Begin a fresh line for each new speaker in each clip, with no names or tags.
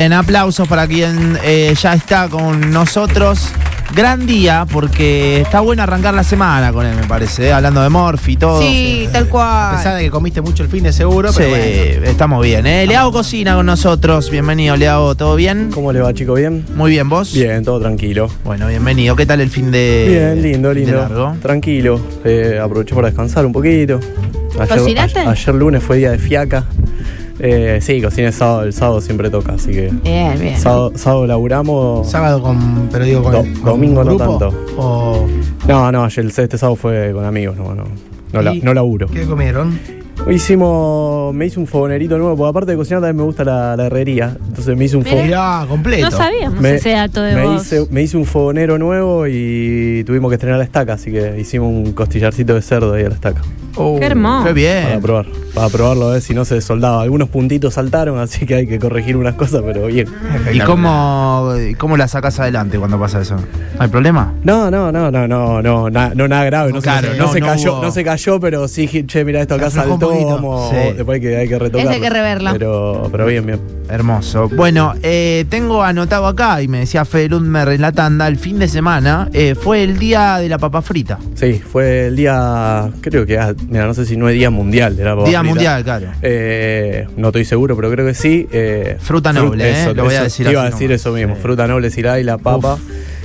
En aplausos para quien eh, ya está con nosotros. Gran día, porque está bueno arrancar la semana con él, me parece, ¿eh? hablando de Morphy y todo.
Sí, tal
A pesar
cual.
de que comiste mucho el fin de seguro,
Sí,
pero bueno.
estamos bien, ¿eh? Leao Cocina con nosotros. Bienvenido, Leao. ¿Todo bien?
¿Cómo le va, chico? ¿Bien?
Muy bien, ¿vos?
Bien, todo tranquilo.
Bueno, bienvenido. ¿Qué tal el fin de.
Bien, lindo,
de
lindo.
largo?
Tranquilo. Eh, aproveché para descansar un poquito.
¿Cocinaste?
a- ayer lunes fue día de fiaca. Eh, sí, cociné el sábado. El sábado siempre toca, así que.
Bien, Eh, bien.
Sábado, sábado laburamos.
Sábado con, pero digo, con,
Do-
el- con
domingo
un
no
grupo,
tanto.
O,
No, no, ayer, este sábado fue con amigos, no, no. No, la-
¿Y
no laburo.
¿Qué comieron?
Hicimos. Me hice un fogonerito nuevo, porque aparte de cocinar también me gusta la, la herrería. Entonces me hice un fogonerito.
Mirá, completo.
No sabíamos
Me-
ese dato de
me
vos.
hice, me hice un fogonero nuevo y tuvimos que estrenar la estaca, así que hicimos un costillarcito de cerdo ahí a la estaca.
Oh.
Qué
Qué
Para
hermoso.
bien.
probar, para probarlo, a ver si no se soldaba. Algunos puntitos saltaron, así que hay que corregir unas cosas, pero bien.
¿Y cómo, y cómo la sacas adelante cuando pasa eso? ¿No hay problema?
No, no, no, no, no, no, na- no nada grave, no,
Claro,
se, no
no,
se
no
cayó,
hubo-
no se cayó, pero sí, dije, che, mira esto acá
Se aflojó un
saltó,
poquito.
vamos,
Sí.
después hay que, hay que retocarlo.
Ese hay que reverlo.
Pero, pero bien, bien.
Hermoso. Bueno, eh, tengo anotado acá, y me decía Fede Lundmer en la tanda, el fin de semana eh, fue el día de la papa frita.
Sí, fue el día, creo que, ah, mira, no sé si no es día mundial de la papa
día
frita.
mundial, claro.
Eh, no estoy seguro, pero creo que sí. Eh,
Fruta
fru-
noble, eh, lo voy a decir
Iba
así
a decir
nomás.
eso mismo,
Sí.
fruta noble, cirada y la papa.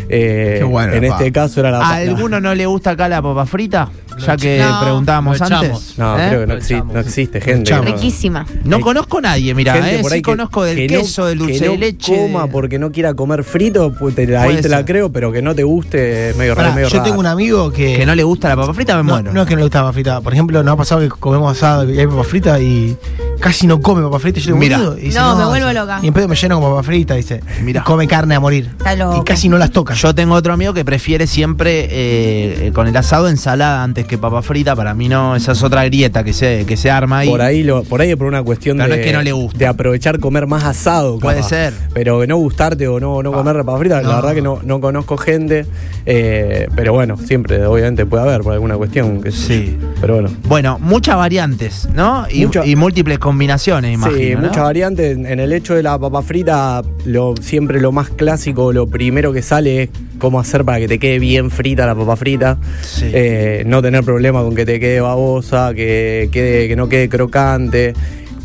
Eh,
Qué bueno
en
la
este
papa.
caso era la
¿A
papa.
alguno no le gusta acá la papa frita? Ya
echa-
que
No,
preguntábamos
lo
antes.
echamos.
No,
¿Eh?
creo que no,
Lo
exi-
echamos.
no existe gente.
echamos.
que no-
Riquísima.
No conozco a nadie, mira,
gente
eh.
por
sí
ahí que-
conozco del
que no-
queso, del
que
dulce
no
de leche.
coma porque no quiera comer frito, pues, te- ahí
Puede
te la
ser.
creo, pero que no te guste es medio
Pará,
raro. medio
yo
raro.
tengo un amigo que.
Que no le gusta la papa frita, me
no,
muero.
no es que no le gustaba frita. Por ejemplo, nos ha pasado que comemos asado y hay papa frita y casi no come papa frita. Y yo le digo,
Mirá.
"Boludo", y dice,
No, me vuelvo loca.
Y en pedo me lleno con papa frita, dice.
Mirá.
Y come carne a morir.
Está loco.
Y casi no las toca.
Yo tengo otro amigo que prefiere siempre eh, eh, con el asado ensalada antes que papa frita. Para mí no, esa es otra grieta que se, que se arma ahí.
Por ahí, lo, por ahí es por una cuestión
Claro,
de,
es que no le gusta.
de aprovechar comer más asado.
Puede
capaz.
ser. Ah.
Pero que no gustarte o no, no comer papas fritas,
No.
la verdad que no, no conozco gente. eh, pero bueno, siempre, obviamente puede haber por alguna cuestión. Que
Sí.
Pero bueno.
Bueno, muchas variantes, ¿no? Y,
Mucha-
y múltiples combinaciones, imagino.
sí,
¿no?
muchas variantes. En, en el hecho de la papa frita, lo, siempre lo más clásico, lo primero que sale es cómo hacer para que te quede bien frita la papa frita.
Sí.
Eh, no tener problema con que te quede babosa, que, quede, que no quede crocante.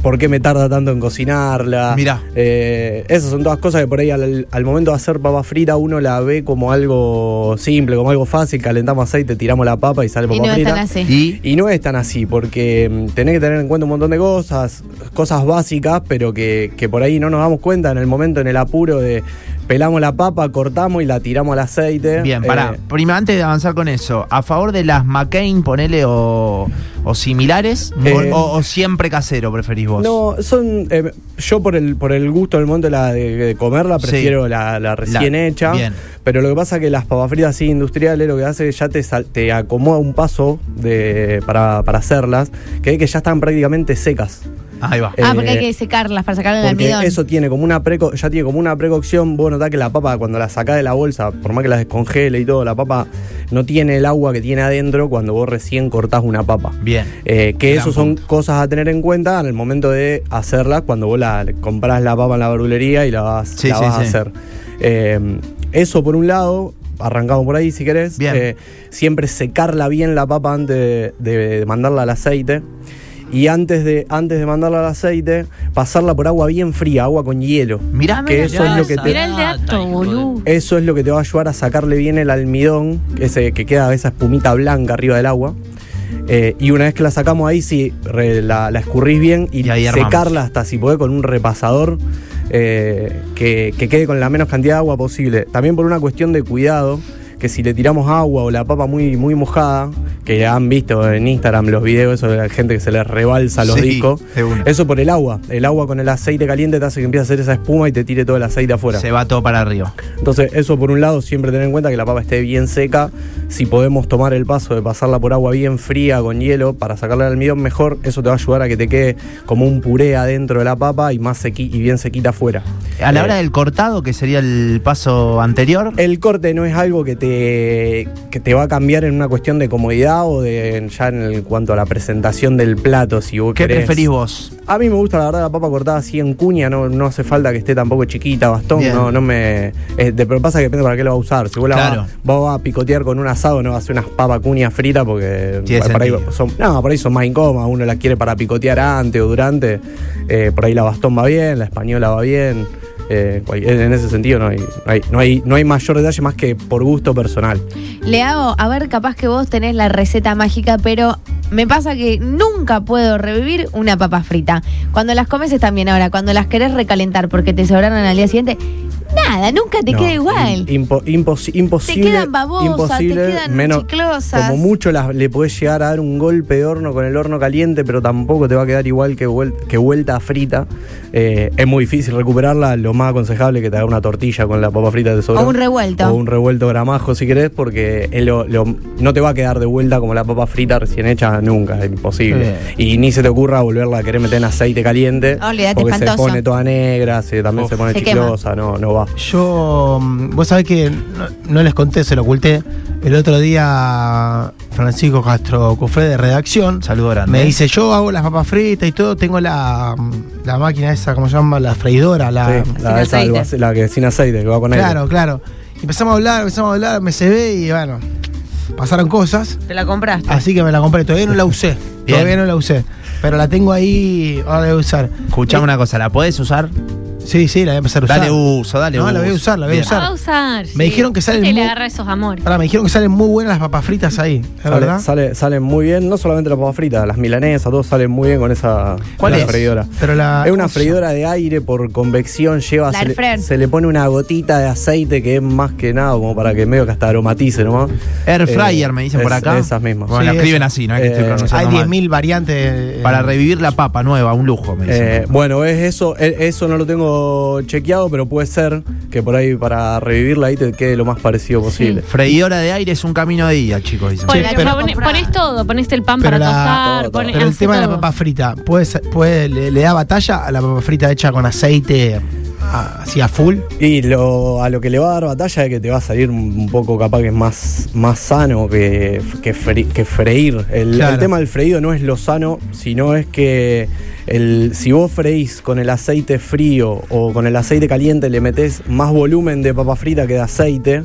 ¿Por qué me tarda tanto en cocinarla?
Mirá.
Eh, esas son todas cosas que por ahí al, al momento de hacer papa frita uno la ve como algo simple, como algo fácil. Calentamos aceite, tiramos la papa y sale
Y
papa
no
frita.
están así.
Y
Y no es tan así, porque mm, tenés que tener en cuenta un montón de cosas, cosas básicas, pero que, que por ahí no nos damos cuenta en el momento, en el apuro de pelamos la papa, cortamos y la tiramos al aceite.
bien,
Eh,
pará. Prima, antes de avanzar con eso, ¿a favor de las McCain, ponele, o, o similares?
Eh,
o, o- o siempre casero preferís vos?
No, son. eh, yo por el, por el gusto del momento de, la, de, de comerla,
Sí.
prefiero la, la recién
La-
hecha.
bien.
Pero lo que pasa es que las papas fritas así industriales lo que hace es que ya te, sal- te acomoda un paso de, para, para hacerlas, que es que ya están prácticamente secas.
Ahí va.
Ah,
Eh,
porque hay que secarlas para sacarle el
Porque
almidón.
eso tiene como una preco, ya tiene como una precocción. Vos notás que la papa, cuando la sacás de la bolsa, por más que la descongele y todo, la papa no tiene el agua que tiene adentro cuando vos recién cortás una papa.
Bien.
Eh, que
Gran
eso son cosas a tener en cuenta en el momento de hacerlas, cuando vos la comprás la papa en la verdulería y la vas,
Sí,
la
sí,
vas
sí.
a hacer. Eh, eso por un lado, arrancamos por ahí si querés.
Bien.
Eh, siempre secarla bien la papa antes de, de mandarla al aceite. Y antes de, antes de mandarla al aceite, pasarla por agua bien fría, agua con hielo.
Mirá,
Que
mirá,
eso es lo que te,
Mirá el dato, boludo.
eso es lo que te va a ayudar a sacarle bien el almidón, ese que queda esa espumita blanca arriba del agua. Eh, y una vez que la sacamos ahí, sí, re- la, la escurrís bien y,
Y ahí armamos.
secarla hasta si podés con un repasador eh, que, que quede con la menos cantidad de agua posible. También por una cuestión de cuidado, que si le tiramos agua o la papa muy, muy mojada, que han visto en Instagram los videos eso de la gente que se les rebalsa los
Sí,
discos,
de una.
eso por el agua. El agua con el aceite caliente te hace que empiece a hacer esa espuma y te tire todo el aceite afuera.
Se va todo para arriba.
Entonces, eso por un lado, siempre tener en cuenta que la papa esté bien seca. Si podemos tomar el paso de pasarla por agua bien fría con hielo para sacarle el almidón mejor, eso te va a ayudar a que te quede como un puré adentro de la papa y más sequi- y bien sequita afuera.
A la
Eh,
hora del cortado, que sería el paso anterior.
El corte no es algo que te que, que te va a cambiar en una cuestión de comodidad o de ya en el- cuanto a la presentación del plato, si vos
¿Qué
querés.
preferís vos?
A mí me gusta la verdad la papa cortada así en cuña, no, no hace falta que esté tampoco chiquita, bastón,
Bien.
no, no me. eh, de- pero pasa que depende para qué la va a usar. Si vos la
Claro.
vas, vos vas a picotear con un asado, no vas a hacer unas papas cuñas fritas porque eh,
Tiene
por ahí
sentido.
son. No, por ahí son más incómodas, uno la quiere para picotear antes o durante. eh, por ahí la bastón va bien, la española va bien. eh, cual- en ese sentido no hay, no hay, no hay, no hay mayor detalle más que por gusto personal.
Le hago, a ver, capaz que vos tenés la receta mágica, pero me pasa que nunca puedo revivir una papa frita. Cuando las comes están bien ahora, cuando las querés recalentar porque te sobraron al día siguiente, nada, nunca te
No,
queda igual.
im- impo- impos- imposible.
Te quedan babosas, te
imposible,
quedan chiclosas.
Como mucho las- le podés llegar a dar un golpe de horno con el horno caliente, pero tampoco te va a quedar igual que, vuel- que vuelta frita. Eh, es muy difícil recuperarla. Lo más aconsejable es que te haga una tortilla con la papa frita de sobra.
O un revuelto.
O un revuelto gramajo, si querés, porque es lo- lo- no te va a quedar de vuelta como la papa frita recién hecha nunca. Es imposible. Y ni se te ocurra volverla a querer meter en aceite caliente.
Olvídate,
porque se
espantoso.
pone toda negra, se, también
Uf.
se pone
Se quema.
chiclosa. No, no va.
Yo, mm, vos sabés que no, no les conté, se lo oculté. El otro día, Francisco Castro Cufré de redacción
Saludo grande. eh.
me dice: Yo hago las papas fritas y todo. Tengo la, mm, la máquina esa, ¿cómo se llama? La freidora. La,
Sí, la,
Sin
esa
aceite.
alba- la que sin aceite, que va con aire.
claro, claro. Y empezamos a hablar, empezamos a hablar, me se ve y bueno, pasaron cosas.
Te la compraste.
Ah.
Así que me la compré. Todavía no la usé.
Bien.
Todavía no la usé. Pero la tengo ahí, ahora la voy a usar.
Escuchame una cosa, ¿la podés usar?
Sí, sí, la voy a empezar a usar.
Dale uso, dale
No,
uso.
la voy a usar, la voy a
Bien.
La
usar.
va a usar.
Me dijeron que salen
Te le
muy-
agarra esos amores.
Ahora, me dijeron que salen muy buenas las papas fritas ahí, ¿es
Sale,
verdad?
sale, salen muy bien, no solamente las papas fritas, las milanesas, todos salen muy bien con esa
¿Cuál
la
es? Ah,
freidora.
Pero la-
es una freidora de aire por convección, lleva
La
se le,
Airfryer.
se le pone una gotita de aceite que es más que nada como para que medio que hasta aromatice nomás.
Air
Eh,
fryer, me dicen por
es-
acá.
Esas mismas.
Bueno, la
Sí,
escriben
eso.
así, no es que estoy
Eh,
pronunciando
Hay
mal.
10.000 variantes. eh,
Para revivir la papa nueva, un lujo, me dicen.
Eh, bueno, es eso, e- eso no lo tengo chequeado, pero puede ser que por ahí para revivirla ahí te quede lo más parecido posible.
Freidora de aire es un camino de día, chicos, dicen.
Pon-
Sí, pero-
pone- pones todo, pones el pan
Pero
para
la-
tostar,
todo, todo.
pones-
Pero el
hace
tema de la
todo.
papa frita, ¿puede, ser- puede- le, le da batalla a la papa frita hecha con aceite a- así a full?
Y lo, a lo que le va a dar batalla es que te va a salir un un poco capaz que es más, más sano que, que, fre- que freír. El,
Claro.
el tema del freído no es lo sano, sino es que el, si vos freís con el aceite frío o con el aceite caliente le metés más volumen de papa frita que de aceite,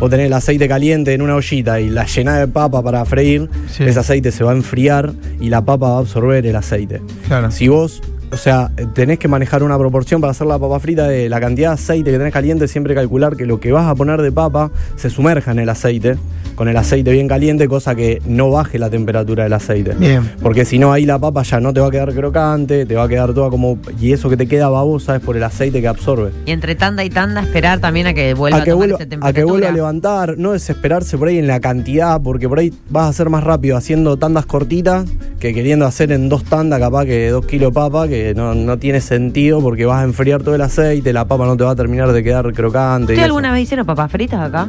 o tenés el aceite caliente en una ollita y la llenás de papa para freír,
Sí.
ese aceite se va a enfriar y la papa va a absorber el aceite.
Claro.
Si vos, o sea, tenés que manejar una proporción para hacer la papa frita de la cantidad de aceite que tenés caliente, siempre calcular que lo que vas a poner de papa se sumerja en el aceite, con el aceite bien caliente, cosa que no baje la temperatura del aceite.
Bien.
Porque si no, ahí la papa ya no te va a quedar crocante, te va a quedar toda como. Y eso que te queda babosa es por el aceite que absorbe.
Y entre tanda y tanda esperar también a que vuelva a,
A que,
tomar
vuelva,
esa
a que
temperatura.
vuelva a levantar, no desesperarse por ahí en la cantidad, porque por ahí vas a ser más rápido haciendo tandas cortitas que queriendo hacer en dos tandas, capaz que dos kilos de papa, que no, no tiene sentido porque vas a enfriar todo el aceite, la papa no te va a terminar de quedar crocante. y
¿Ustedes
eso.
alguna vez hicieron papas fritas acá?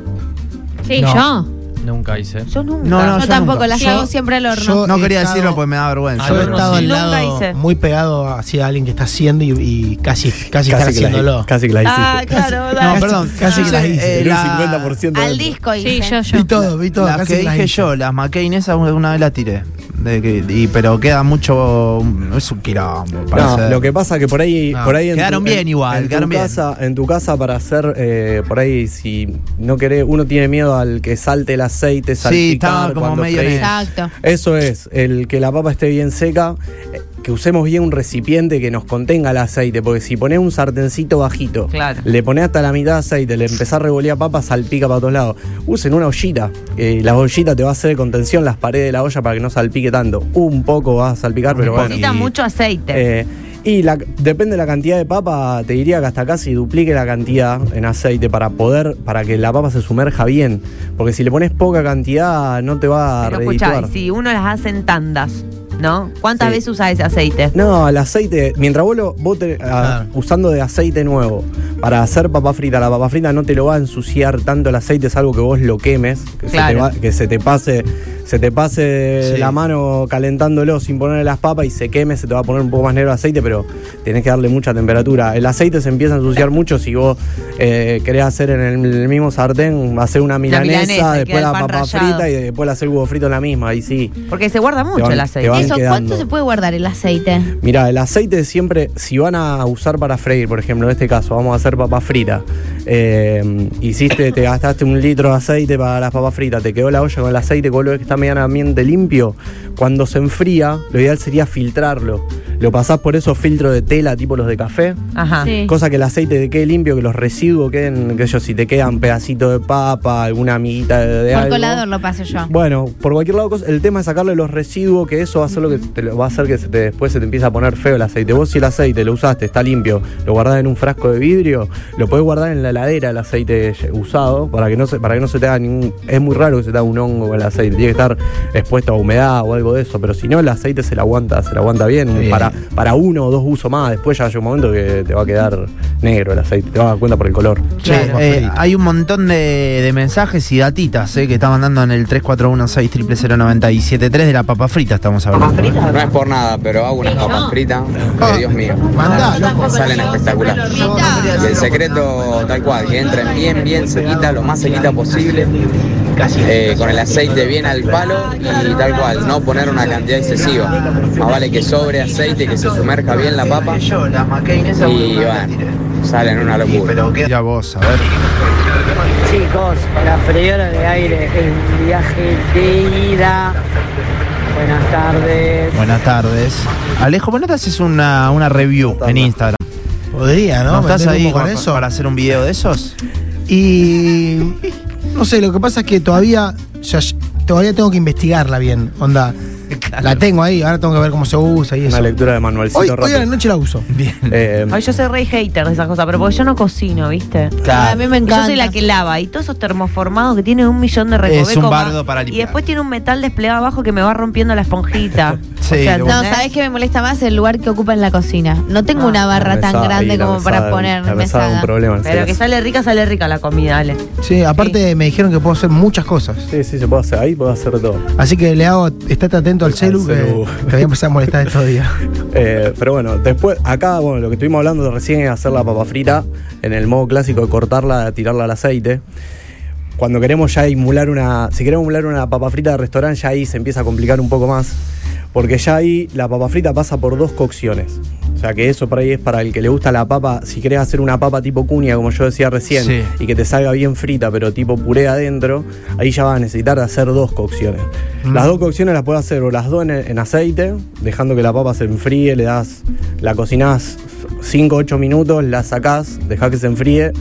Sí,
No.
yo.
Nunca hice.
Yo nunca.
No, no,
Yo,
yo
tampoco,
nunca.
las
Yo-
hago siempre al horno.
yo-
No
he
quería
estado-
decirlo porque me da vergüenza.
Ah,
Yo he
no,
estado
sí.
al
Nunca
lado,
hice.
muy pegado hacia alguien que está haciendo y, y casi, casi, estar
casi, que
haciéndolo.
la, casi que la hiciste.
ah, claro,
No,
dale.
perdón,
casi que las
Eh,
hice.
Era un
la-
50% de
Al
eso.
disco
Sí,
hice.
yo, yo.
Vi todo, vi todo.
Las
casi
que
las
dije
hice.
yo, las McCain esas una vez las tiré. De que- y- pero queda mucho. Es un quilombo,
No,
parece.
lo que pasa que por ahí,
No,
por ahí en
quedaron bien igual,
en tu
quedaron bien.
casa, en tu casa para hacer eh, por ahí si no querés, uno tiene miedo al que salte el aceite, salpicar
Sí, estaba como
cuando
medio
freís.
en
Exacto.
Eso es, el que la papa esté bien seca, eh, que usemos bien un recipiente que nos contenga el aceite, porque si ponés un sartencito bajito,
Claro.
le ponés hasta la mitad de aceite, le empezás a revolear papa, salpica para todos lados. Usen una ollita, eh, la ollita te va a hacer contención las paredes de la olla para que no salpique tanto. Un poco va a salpicar, pero bueno.
Necesita mucho aceite.
Eh, y la- depende de la cantidad de papa, te diría que hasta casi duplique la cantidad en aceite para poder, para que la papa se sumerja bien. Porque si le pones poca cantidad, no te va a
Pero escuchá,
redituar.
y si uno las hace en tandas, ¿no? ¿Cuántas
Sí.
veces usás ese aceite?
No, el aceite, mientras vos, lo, vos te- a-
Ah.
Claro.
usando de aceite nuevo, para hacer papa frita, la papa frita no te lo va a ensuciar tanto el aceite, salvo que vos lo quemes, que, se, te
Claro.
va- que se te pase, se te pase
Sí.
la mano calentándolo sin ponerle las papas y se queme, se te va a poner un poco más negro el aceite, pero tenés que darle mucha temperatura. El aceite se empieza a ensuciar mucho si vos eh, querés hacer en el, el mismo sartén, hacer una milanesa,
milanesa,
después
y queda
la
el pan
papa
rallado.
frita y después la hacer huevo frito en la misma, ahí sí.
Porque se guarda mucho
van-
el
te
aceite.
van-
Eso,
quedando.
¿cuánto se puede guardar el aceite?
Mira, el aceite siempre, si van a usar para freír, por ejemplo, en este caso, vamos a hacer papas fritas. eh, hiciste, te gastaste un litro de aceite para las papas fritas, te quedó la olla con el aceite, vos lo ves que está medianamente limpio. Cuando se enfría, lo ideal sería filtrarlo. Lo pasás por esos filtros de tela, tipo los de café.
Ajá.
Sí.
Cosa que el aceite te quede limpio, que los residuos queden, que yo, si te quedan pedacitos de papa, alguna amiguita de, de
Por
algo.
colador lo paso yo.
Bueno, por cualquier lado, cos- el tema es sacarle los residuos, que eso va a, ser lo que te lo- va a hacer que se te- después se te empiece a poner feo el aceite. Vos si el aceite lo usaste, está limpio, lo guardás en un frasco de vidrio, lo podés guardar en la heladera el aceite ye- usado, para que no se, para que no se te haga ningún... Es muy raro que se te haga un hongo con el aceite, tiene que estar expuesto a humedad o algo de eso, pero si no, el aceite se lo aguanta, se lo aguanta bien,
Bien.
Para, para uno o dos usos más, después ya llega un momento que te va a quedar negro el aceite, te vas a dar cuenta por el color.
Che,
Claro.
eh, hay un montón de, de mensajes y datitas eh, que está mandando en el 341-6000-973 de la papa frita, estamos hablando.
No es por nada, pero hago unas papas fritas que Dios mío.
Mandá, loco.
Salen espectacular. El secreto tal cual, que entren bien, bien sequita, lo más sequita posible. eh, con el aceite bien al palo y tal cual, no poner una cantidad excesiva. Más vale que sobre aceite, que se sumerja bien la papa. Y bueno, salen una locura.
Mira vos, a ver.
Chicos, la freidora de aire es un viaje de ida. Buenas tardes.
Buenas tardes. Alejo, ¿por qué no te haces una, una review en Instagram?
Podría, ¿no?
¿No, estás
Vender
ahí
humo con
con-
eso?
para hacer un video de esos?
Y no sé, lo que pasa es que todavía ya- todavía tengo que investigarla bien. Onda, la tengo ahí, ahora tengo que ver cómo se usa y eso.
Una lectura de manualcito
Hoy, hoy
rápido.
a la noche la uso.
Bien.
Eh,
Ay, yo soy re hater de esas cosas, pero porque yo no cocino, ¿viste?
A mí me
Y
encanta.
Yo soy la que lava y todos esos termoformados que tienen un millón de recovecos.
Es un
va-
bardo para
Y
limpiar.
después tiene un metal desplegado abajo que me va rompiendo la esponjita.
Sí, lo
No,
¿entendés?
¿sabes qué me molesta más? El lugar que ocupa en la cocina. No tengo
Ah,
una barra
La
tan
mesada, y
grande
la
como
mesada,
para poner
la mesada es un
mesada.
problema en
Pero que
serio.
sale rica, sale rica la comida, dale.
Sí, aparte me dijeron que puedo hacer muchas cosas.
Sí, sí, se puede hacer. Ahí puedo hacer todo.
Así que le hago, estate atento al
Al
celu que
celu.
te voy a empezar a molestar estos días.
Eh, pero bueno, después, acá, bueno, lo que estuvimos hablando de recién es hacer la papa frita en el modo clásico de cortarla, tirarla al aceite. Cuando queremos ya emular una. Si queremos emular una papa frita de restaurante, ya ahí se empieza a complicar un poco más. Porque ya ahí la papa frita pasa por dos cocciones. O sea que eso por ahí es para el que le gusta la papa. Si querés hacer una papa tipo cuña, como yo decía recién,
Sí.
y que te salga bien frita, pero tipo puré adentro, ahí ya vas a necesitar de hacer dos cocciones. Las dos cocciones las puedes hacer o las dos en, en aceite, dejando que la papa se enfríe, le das, la cocinás 5 8 minutos, la sacás, dejás que se enfríe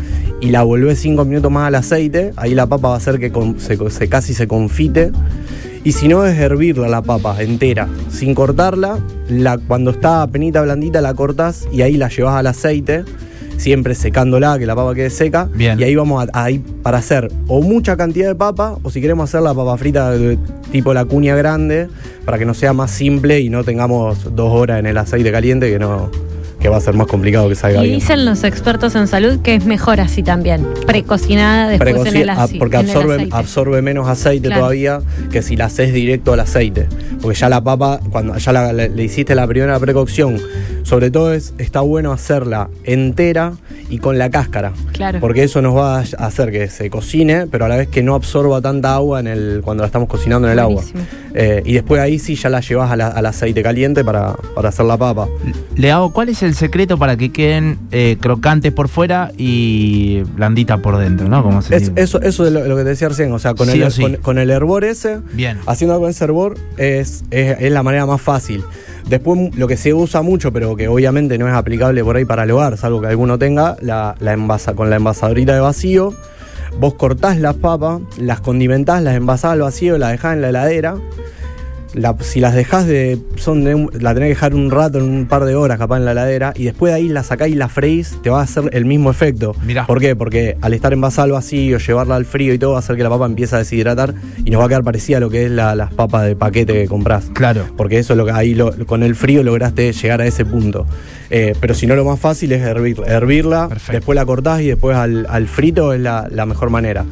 y la volvés 5 minutos más al aceite, ahí la papa va a hacer que con- se, se- casi se confite. Y si no es hervirla la papa entera, sin cortarla, la, cuando está penita blandita la cortás y ahí la llevas al aceite, siempre secándola, que la papa quede seca.
Bien.
Y ahí vamos a, ahí para hacer o mucha cantidad de papa, o si queremos hacer la papa frita de- tipo la cuña grande, para que no sea más simple y no tengamos dos horas en el aceite caliente, que no que va a ser más complicado que salga
Y
bien.
dicen los expertos en salud que es mejor así también, precocinada después en
Precoci-
el
ah,
aci-
porque
en el
absorbe,
aceite.
absorbe menos aceite
Claro.
todavía que si la haces directo al aceite. Porque ya la papa, cuando ya la- le, le hiciste la primera precocción, sobre todo es, está bueno hacerla entera y con la cáscara.
Claro.
Porque eso nos va a hacer que se cocine, pero a la vez que no absorba tanta agua en el, cuando la estamos cocinando en el
Buenísimo.
agua. Eh, y después ahí sí ya la llevas a la- al aceite caliente para, para hacer la papa.
Le hago, ¿cuál es el secreto para que queden eh, crocantes por fuera y blanditas por dentro, no? Como se
Es-
dice.
eso, eso es lo, lo que te decía recién, o sea, con,
Sí
el,
o sí.
con, con el hervor ese,
Bien.
haciendo algo en servor es, es, es la manera más fácil. Después mu- lo que se usa mucho, pero que obviamente no es aplicable por ahí para el hogar, salvo que alguno tenga, la, la envasa, con la envasadorita de vacío, vos cortás las papas, las condimentás, las envasás al vacío, las dejás en la heladera. la- si las dejas de. son de un- la tenés que dejar un rato, en un par de horas capaz en la heladera, y después de ahí la sacás y la freís, te va a hacer el mismo efecto.
Mirá.
¿Por qué? Porque al estar en vasal vacío, llevarla al frío y todo, va a hacer que la papa empiece a deshidratar y nos va a quedar parecida a lo que es la- las papas de paquete que compras.
Claro.
Porque eso es lo que ahí lo- con el frío lograste llegar a ese punto. Eh, pero si no, lo más fácil es hervir- hervirla,
Perfecto.
después la cortás y después al, al frito es la, la mejor manera.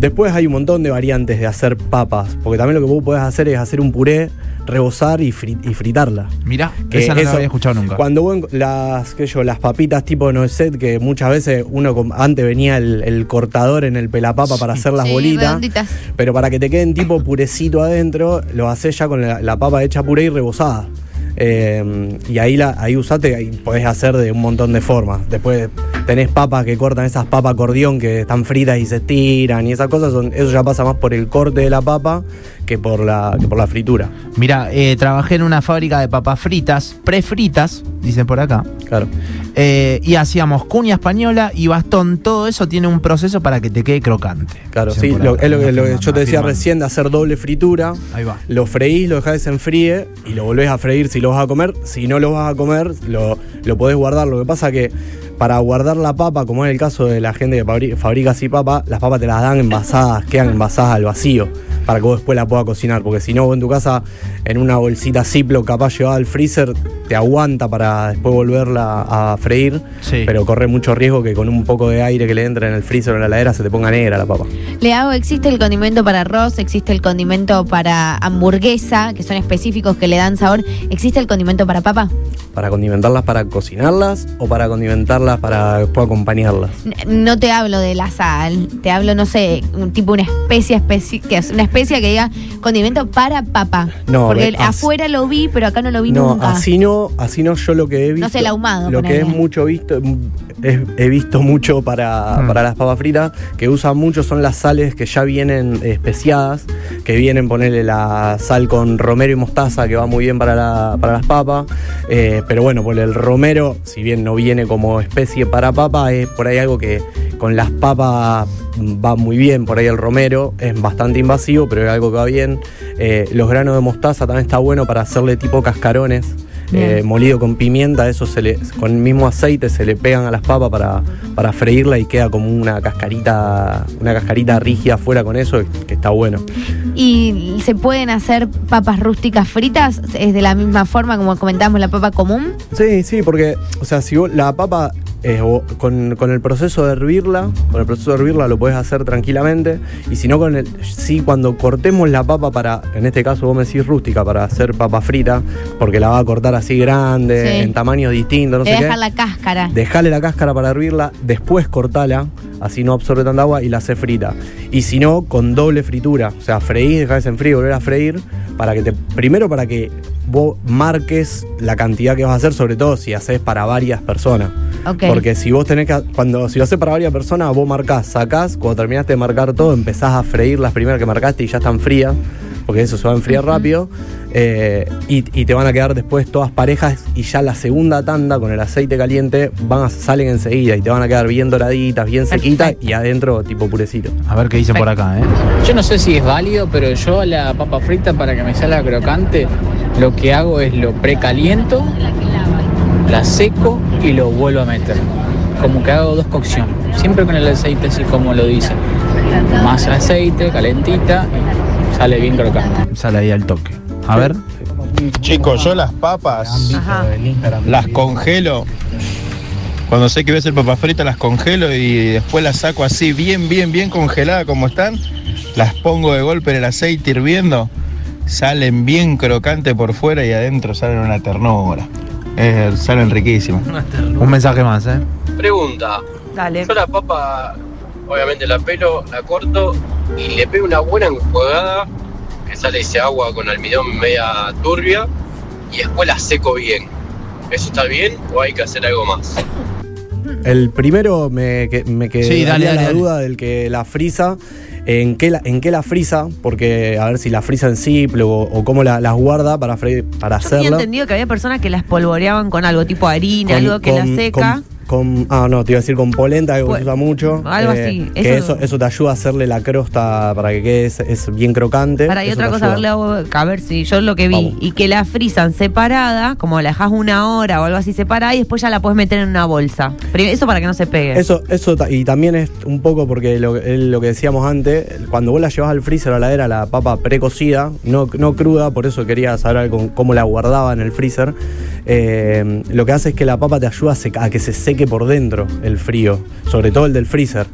Después hay un montón de variantes de hacer papas, porque también lo que vos podés hacer es hacer un puré, rebozar y, fri- y fritarla.
Mirá,
Que
esa no la
Eh, eso-
había escuchado nunca.
Cuando vos enco- las, qué sé yo, las papitas tipo Noisette, que muchas veces uno com- antes venía el, el cortador en el pelapapa para hacer las
Sí,
bolitas.
redonditas.
Pero para que te queden tipo purecito adentro, lo haces ya con la, la papa hecha puré y rebozada. Eh, y ahí la ahí usate y podés hacer de un montón de formas. Después tenés papas que cortan esas papas acordeón que están fritas y se estiran y esas cosas. Son, eso ya pasa más por el corte de la papa que por la, que por la fritura.
Mirá, eh, trabajé en una fábrica de papas fritas, prefritas, dicen por acá.
Claro.
eh, y hacíamos cuña española y bastón. Todo eso tiene un proceso para que te quede crocante.
Claro,
Dicen
sí,
por
lo-
acá.
es lo que lo que yo
Afirman,
te decía
afirman.
recién de hacer doble fritura.
Ahí va.
Lo freís, lo dejás que se enfríe y lo volvés a freír si lo vas a comer. Si no lo vas a comer, lo, lo podés guardar. Lo que pasa que para guardar la papa, como es el caso de la gente que fabri- fabrica así papa, las papas te las dan envasadas, quedan envasadas al vacío para que vos después la puedas cocinar. Porque si no, vos en tu casa, en una bolsita Ziploc capaz llevada al freezer, te aguanta para después volverla a freír.
Sí.
Pero corre mucho riesgo que con un poco de aire que le entre en el freezer o en la heladera se te ponga negra la papa.
Le hago, existe el condimento para arroz, existe el condimento para hamburguesa, que son específicos que le dan sabor. ¿Existe el condimento para papa?
¿Para condimentarlas para cocinarlas o para condimentarlas para después acompañarlas?
N- No te hablo de la sal, te hablo, no sé, un tipo una especie, especi- que es una especie que diga condimento para papa.
No,
Porque
ve- as-
afuera lo vi, pero acá no lo vi
No,
nunca.
así no, así no yo lo que he visto.
sé, el ahumado,
Lo que
ponele.
es mucho visto, es- he visto mucho para,
Mm.
para las papas fritas, que usan mucho son las sales que ya vienen eh, especiadas, que vienen ponerle la sal con romero y mostaza, que va muy bien para, la- para las papas. Eh, pero bueno, por el romero, si bien no viene como especie para papa, es por ahí algo que con las papas va muy bien. Por ahí el romero es bastante invasivo, pero es algo que va bien. Eh, los granos de mostaza también está bueno para hacerle tipo cascarones. eh, molido con pimienta, eso se le, con el mismo aceite se le pegan a las papas para, para freírla y queda como una cascarita, una cascarita rígida afuera con eso, que está bueno.
Y se pueden hacer papas rústicas fritas, es de la misma forma como comentábamos la papa común.
Sí, sí, porque, o sea, si vos la papa, eh, o- con, con el proceso de hervirla, con el proceso de hervirla lo podés hacer tranquilamente. Y si no, con el. Sí, cuando cortemos la papa para, en este caso vos me decís rústica, para hacer papa frita, porque la va a cortar así grande,
Sí.
en tamaños distintos, no
Te
sé qué.
dejar la cáscara.
Dejale la cáscara para hervirla, después cortala, así no absorbe tanta agua y la hace frita. Y si no, con doble fritura. O sea, freís, dejás en frío, volver a freír, para que te. Primero para que vos marques la cantidad que vas a hacer, sobre todo si haces para varias personas.
Ok.
Porque si vos tenés que. Cuando, si lo haces para varias personas, vos marcás, sacás, cuando terminaste de marcar todo, empezás a freír las primeras que marcaste y ya están frías, porque eso se va a enfriar rápido. eh, y, y te van a quedar después todas parejas y ya la segunda tanda con el aceite caliente van a, salen enseguida y te van a quedar bien doraditas, bien sequitas y adentro tipo purecito.
A ver qué dicen por acá, ¿eh?
Yo no sé si es válido, pero yo a la papa frita para que me salga crocante, lo que hago es lo precaliento, la seco y lo vuelvo a meter. Como que hago dos cocciones, siempre con el aceite así como lo dice. Más aceite, calentita, sale bien crocante.
Sale ahí al toque. A ver.
Chicos, yo las papas las congelo. Cuando sé que voy a hacer papas fritas, las congelo y después las saco así, bien, bien, bien congeladas como están. Las pongo de golpe en el aceite hirviendo. Salen bien crocantes por fuera y adentro salen una ternura. Eh, salen riquísimas.
Un mensaje más, ¿eh?
Pregunta,
Dale.
yo la papa, obviamente la pelo, la corto y le pego una buena enjuagada que sale ese agua con almidón media turbia y después la seco bien. ¿Eso está bien o hay que hacer algo más?
El primero me, que, me quedé
Sí, dale,
la
dale, dale.
duda del que la frisa. ¿En qué, la, ¿En qué la frisa? Porque a ver si la frisa en Ziploc o, o cómo la- las guarda para, fre- para
Yo tenía
hacerla.
entendido que había personas que las polvoreaban con algo, tipo harina, algo que
con-
la seca. Pues,
con- Con, Con, ah, no, te iba a decir con polenta, algo que se usa mucho.
algo
eh,
así,
Que
eso-
eso, eso te ayuda a hacerle la crosta para que quede es, es bien crocante.
Para, y
eso
otra
te
cosa, a ver,
ayuda.
Leo, a ver si yo lo que vi,
Vamos.
y que la frisan separada, como la dejas una hora o algo así separada, y después ya la puedes meter en una bolsa. Pero eso para que no se pegue.
Eso, eso ta- y también es un poco porque lo, es lo que decíamos antes, cuando vos la llevas al freezer o a la heladera, la papa precocida, no, no cruda, por eso quería saber algo- cómo la guardaba en el freezer, eh, lo que hace es que la papa te ayuda a, seca- a que se seque por dentro el frío, sobre todo el del freezer.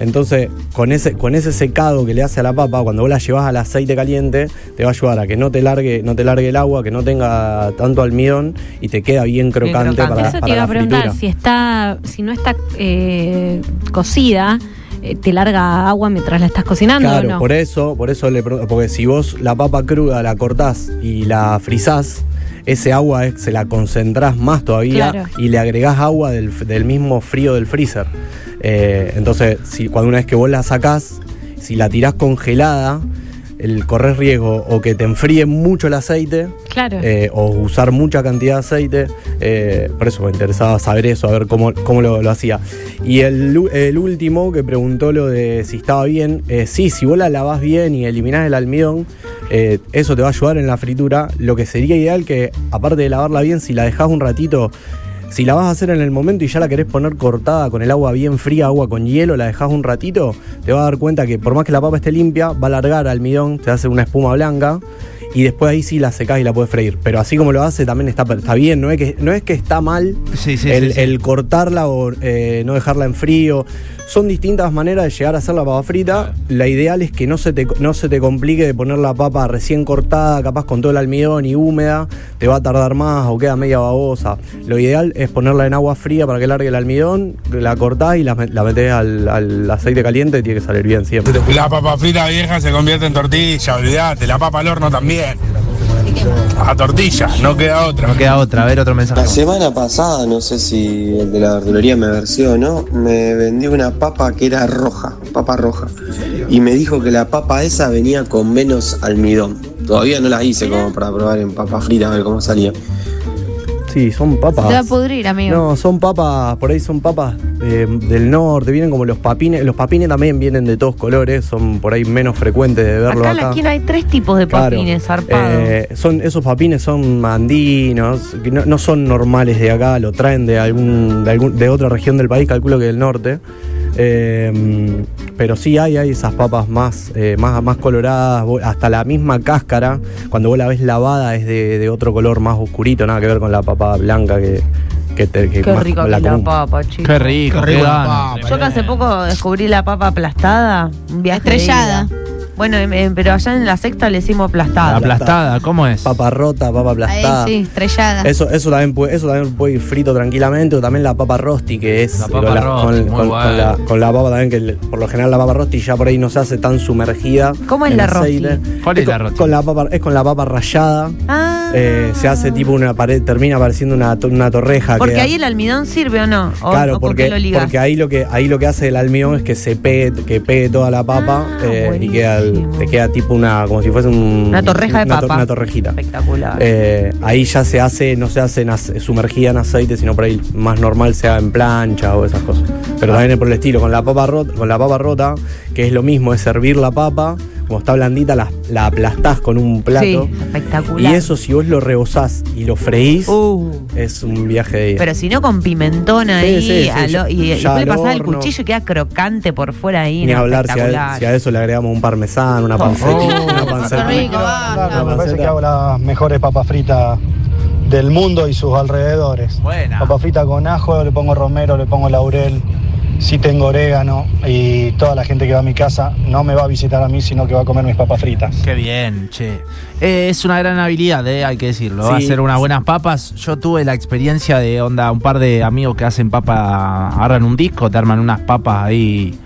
Entonces, con ese, con ese secado que le hace a la papa, cuando vos la llevas al aceite caliente, te va a ayudar a que no te largue, no te largue el agua, que no tenga tanto almidón y te queda bien crocante,
crocante.
para,
Eso te
para
iba
la
a preguntar,
fritura.
si está, si no está eh, cocida, eh, te larga agua mientras la estás cocinando
Claro,
o no.
por eso, por eso le pregunto, porque si vos la papa cruda la cortás y la frizás, ese agua es- se la concentrás más todavía
Claro.
y le agregás agua del, f- del mismo frío del freezer. Eh, entonces, si, cuando una vez que vos la sacás, si la tirás congelada, el correr riesgo o que te enfríe mucho el aceite
Claro.
eh, o usar mucha cantidad de aceite. eh, por eso me interesaba saber eso, a ver cómo, cómo lo, lo hacía. Y el, u- el último que preguntó lo de si estaba bien. eh, sí, si vos la lavás bien y eliminás el almidón, eh, eso te va a ayudar en la fritura. Lo que sería ideal que, aparte de lavarla bien, si la dejás un ratito. Si la vas a hacer en el momento y ya la querés poner cortada con el agua bien fría, agua con hielo, la dejás un ratito, te vas a dar cuenta que por más que la papa esté limpia, va a largar almidón, te hace una espuma blanca y después ahí sí la secás y la puedes freír. Pero así como lo hace, también está, está bien, no es que, no es que está mal
sí,
el,
sí, sí.
el cortarla o eh, no dejarla en frío. Son distintas maneras de llegar a hacer la papa frita. La ideal es que no se, te, no se te complique de poner la papa recién cortada, capaz con todo el almidón y húmeda, te va a tardar más o queda media babosa. Lo ideal es ponerla en agua fría para que largue el almidón, la cortás y la, me- la metés al, al aceite caliente y tiene que salir bien siempre.
La papa frita vieja se convierte en tortilla, olvídate. La papa al horno también. A tortilla, no queda otra.
No queda otra, a ver otro mensaje.
La semana pasada, no sé si el de la verdulería me versió o no, me vendió una papa que era roja, papa roja. Y me dijo que la papa esa venía con menos almidón. Todavía no las hice como para probar en papa frita a ver cómo salía.
Sí, son papas.
Te va a pudrir, amigo.
No, son papas, por ahí son papas eh, del norte, vienen como los papines. Los papines también vienen de todos colores, son por ahí menos frecuentes de verlo acá.
acá en la esquina hay tres tipos de
Claro.
papines zarpados.
Eh, son, esos papines son andinos, que no, no son normales de acá, lo traen de algún, de algún- de otra región del país, calculo que del norte. Eh, pero sí hay, hay esas papas más, eh, más, más coloradas, vos- hasta la misma cáscara, cuando vos la ves lavada es de, de otro color más oscurito, nada que ver con la papa blanca que, que, te- que
Qué
más-
rica que es la
común.
papa, chicos.
Qué rico, Qué rico qué la ganas. papa,
Yo que hace poco descubrí la papa aplastada, un viaje de
Estrellada.
ida. Bueno, em, em, pero allá en la sexta le decimos aplastada.
Aplastada, ¿cómo es?
Papa rota, papa aplastada.
Ahí sí, estrellada.
Eso, eso, también puede, eso también puede ir frito tranquilamente, o también la papa rosti, que es
La papa
con,
rosti,
con-
muy
con-
buena.
con la, con la papa también, que le- por lo general la papa rosti ya por ahí no se hace tan sumergida.
¿Cómo es
en
la rosti?
aceite.
¿Cuál es la
con,
rosti?
con la papa, es con la papa rallada.
Ah,
Eh, se hace tipo una pared, termina pareciendo una, to- una torreja.
Porque
queda-
ahí el almidón sirve o no. O,
claro,
o con
porque,
qué lo ligas.
porque ahí lo que ahí lo que hace el almidón es que se pegue, que pegue toda la papa
Ah,
eh, y queda, el- te queda tipo una, como si fuese un-
Una torreja de
una to-
papa.
una torrejita.
Espectacular.
Eh, ahí ya se hace, no se hace en ace- sumergida en aceite, sino por ahí más normal sea en plancha o esas cosas. Pero
Ah.
también es por el estilo, con la papa rota, con la papa rota, que es lo mismo, es hervir la papa, como está blandita, la, la aplastás con un plato.
Sí, espectacular. Uh.
y eso si vos lo rebozás y lo freís, es un viaje de
Pero si no con pimentón
Sí,
ahí,
sí, sí,
a lo- y, y
ya
después le
al
pasás el
horno.
cuchillo y queda crocante por fuera ahí.
Ni
no,
hablar si a,
espectacular. Oh,
si a eso le agregamos un parmesano, una panceta. una panceta.
Me parece que hago las mejores papas fritas del mundo y sus alrededores.
Buena.
Papa frita con ajo, le pongo romero, le pongo laurel, si tengo orégano y toda la gente que va a mi casa no me va a visitar a mí, sino que va a comer mis papas fritas.
Qué bien, che. Eh, es una gran habilidad, eh, hay que decirlo.
Sí.
Hacer unas buenas papas. Yo tuve la experiencia de onda, un par de amigos que hacen papa, agarran un disco, te arman unas papas ahí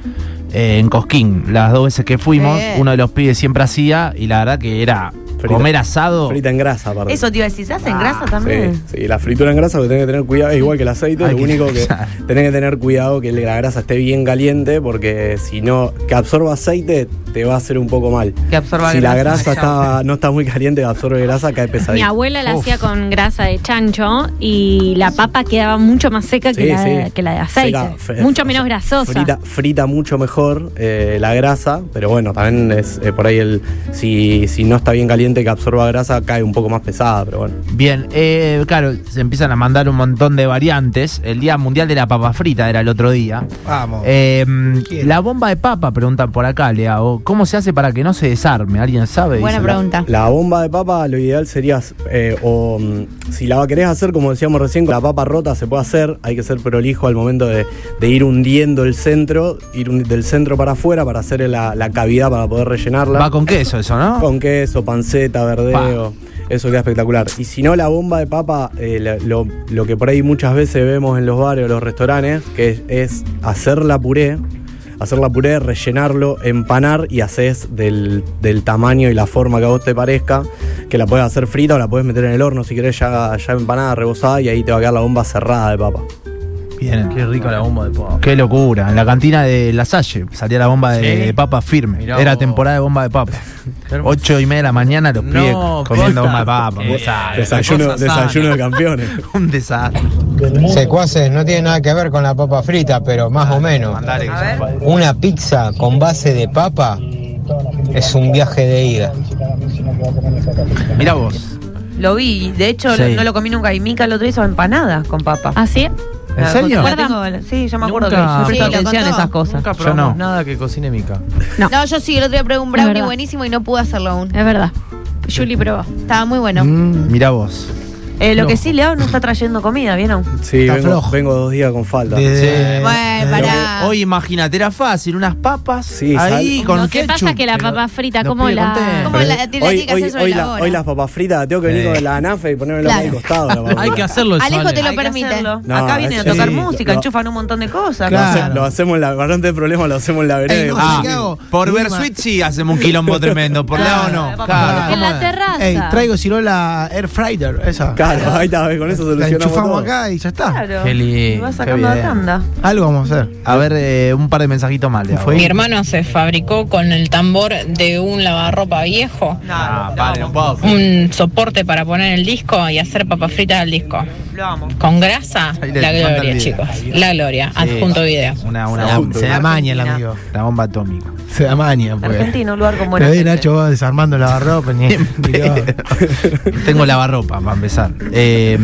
eh, en Cosquín. Las dos veces que fuimos,
Sí.
uno de los pibes siempre hacía y la verdad que era Comer asado.
Frita en grasa, aparte.
Eso mm. te iba a decir, ¿se hace en grasa también?
Ah, Sí, sí, la fritura en grasa lo que tenés que tener cuidado, es igual que el aceite,
Hay
lo
que-
único que tenés que tener cuidado que la grasa esté bien caliente porque si no, que absorba aceite te va a hacer un poco mal.
Que absorba
si la
grasa.
grasa está- no está muy caliente, absorbe grasa, cae pesadito.
Mi abuela la
Uf.
hacía con grasa de chancho y la papa quedaba mucho más seca que,
Sí,
la,
sí.
que la de aceite.
Seca, fe-
mucho menos grasosa.
Frita, frita mucho mejor eh, la grasa, pero bueno, también es eh, por ahí el si, si no está bien caliente que absorba grasa, cae un poco más pesada, pero bueno.
Bien, eh, claro, se empiezan a mandar un montón de variantes. El Día Mundial de la Papa Frita era el otro día.
Vamos.
Eh, la bomba de papa, preguntan por acá, Leao. ¿Cómo se hace para que no se desarme? ¿Alguien sabe? Dice.
La, la bomba de papa, lo ideal sería, eh, o mm, si la querés hacer, como decíamos recién, con la papa rota se puede hacer, hay que ser prolijo al momento de, de ir hundiendo el centro, ir hundi- del centro para afuera para hacer la, la cavidad para poder rellenarla.
Va con queso eso, ¿no?
Con queso, panceta, verdeo. Eso queda espectacular. Y si no, la bomba de papa, eh, la- lo, lo que por ahí muchas veces vemos en los bares o los restaurantes, que es, es hacer la puré, hacer la puré, rellenarlo, empanar y haces del, del tamaño y la forma que a vos te parezca, que la puedes hacer frita o la puedes meter en el horno si querés ya, ya empanada, rebozada y ahí te va a quedar la bomba cerrada de papa.
Bien.
Qué rica la bomba de papa.
Qué locura. En la cantina de La Salle salía la bomba de,
¿Sí?
de papa firme.
Mirá
Era
vos.
temporada de bomba de papa. Ocho y media de la mañana los pibes
No,
comiendo
posta.
bomba de papa.
Eh,
Un desastre.
Desayuno, desayuno de campeones.
Un desastre.
Secuaces no tiene nada que ver con la papa frita, pero más o menos. Una pizza con base de papa es un viaje de ida.
Mira vos.
Lo vi, de hecho
Sí.
lo- no lo comí nunca. Y Mica el otro hizo empanadas con papa.
¿Ah, sí?
¿En
La-
serio?
la tengo- la- sí, yo me acuerdo
Nunca-
que yo
Sí,
presto
lo
atención a
contó.
esas cosas.
Nunca probamos nada que cocine Mica.
No. yo sí, el otro día probé un brownie buenísimo y no pude hacerlo aún.
Eh.
Es verdad.
Julie probó.
Estaba muy bueno.
Mm.
Mira Mm, vos.
Eh, lo que sí, León no está trayendo comida, ¿vieron?
Sí,
Está
vengo,
flojo.
vengo dos días con falta.
Eh,
Desde-
Bueno,
Lo que- Eh, Hoy imagínate, era fácil, unas papas ahí
sal-
con
Lo que
ketchup.
pasa es que la papa frita, como la.
como
la- tiene
hoy,
que hacer
hoy,
sobre
hoy
la
la-
hora.
hoy las papas fritas, tengo que venir
Sí.
con la anafe y ponerme
Claro.
al costado. la papa
Hay que
frita.
hacerlo,
Alejo te lo
Hay que
permite. Uh,
hacerlo.
No,
Acá vienen a
sí,
tocar
lo-
música,
lo-
enchufan un montón de cosas.
Lo, hace-
Claro.
lo hacemos, en la, bastante problema lo hacemos en la vereda.
no, Ah, ¿qué hago? por ver Switch sí hacemos un quilombo tremendo, por lado no. Claro.
En la
terraza.
Ey, traigo cirola air fryer, esa.
Claro, ahí está, con eso
La
solucionamos
enchufamos
todo.
acá y ya está.
Claro.
Qué lindo,
Y vas sacando
qué
la
bien.
tanda.
Algo vamos a hacer. A ver, eh, un par de mensajitos más. Leo.
Mi hermano se fabricó con el tambor de un lavarropa viejo
Ah, paren un poco.
un soporte para poner el disco y hacer papas fritas al disco.
Lo amo.
Con grasa,
Ahí le
la
manda el
gloria,
video.
chicos. La gloria.
Sí.
Adjunto video.
Una, una
Se da-
bomba.
se da maña el amigo.
La bomba atómica.
Se da maña, pues.
Argentina, un lugar con
Pero
buena
ahí
gente.
Nacho va desarmando la barropa. Ni, ni lo-
Tengo lavarropa, para empezar. Eh,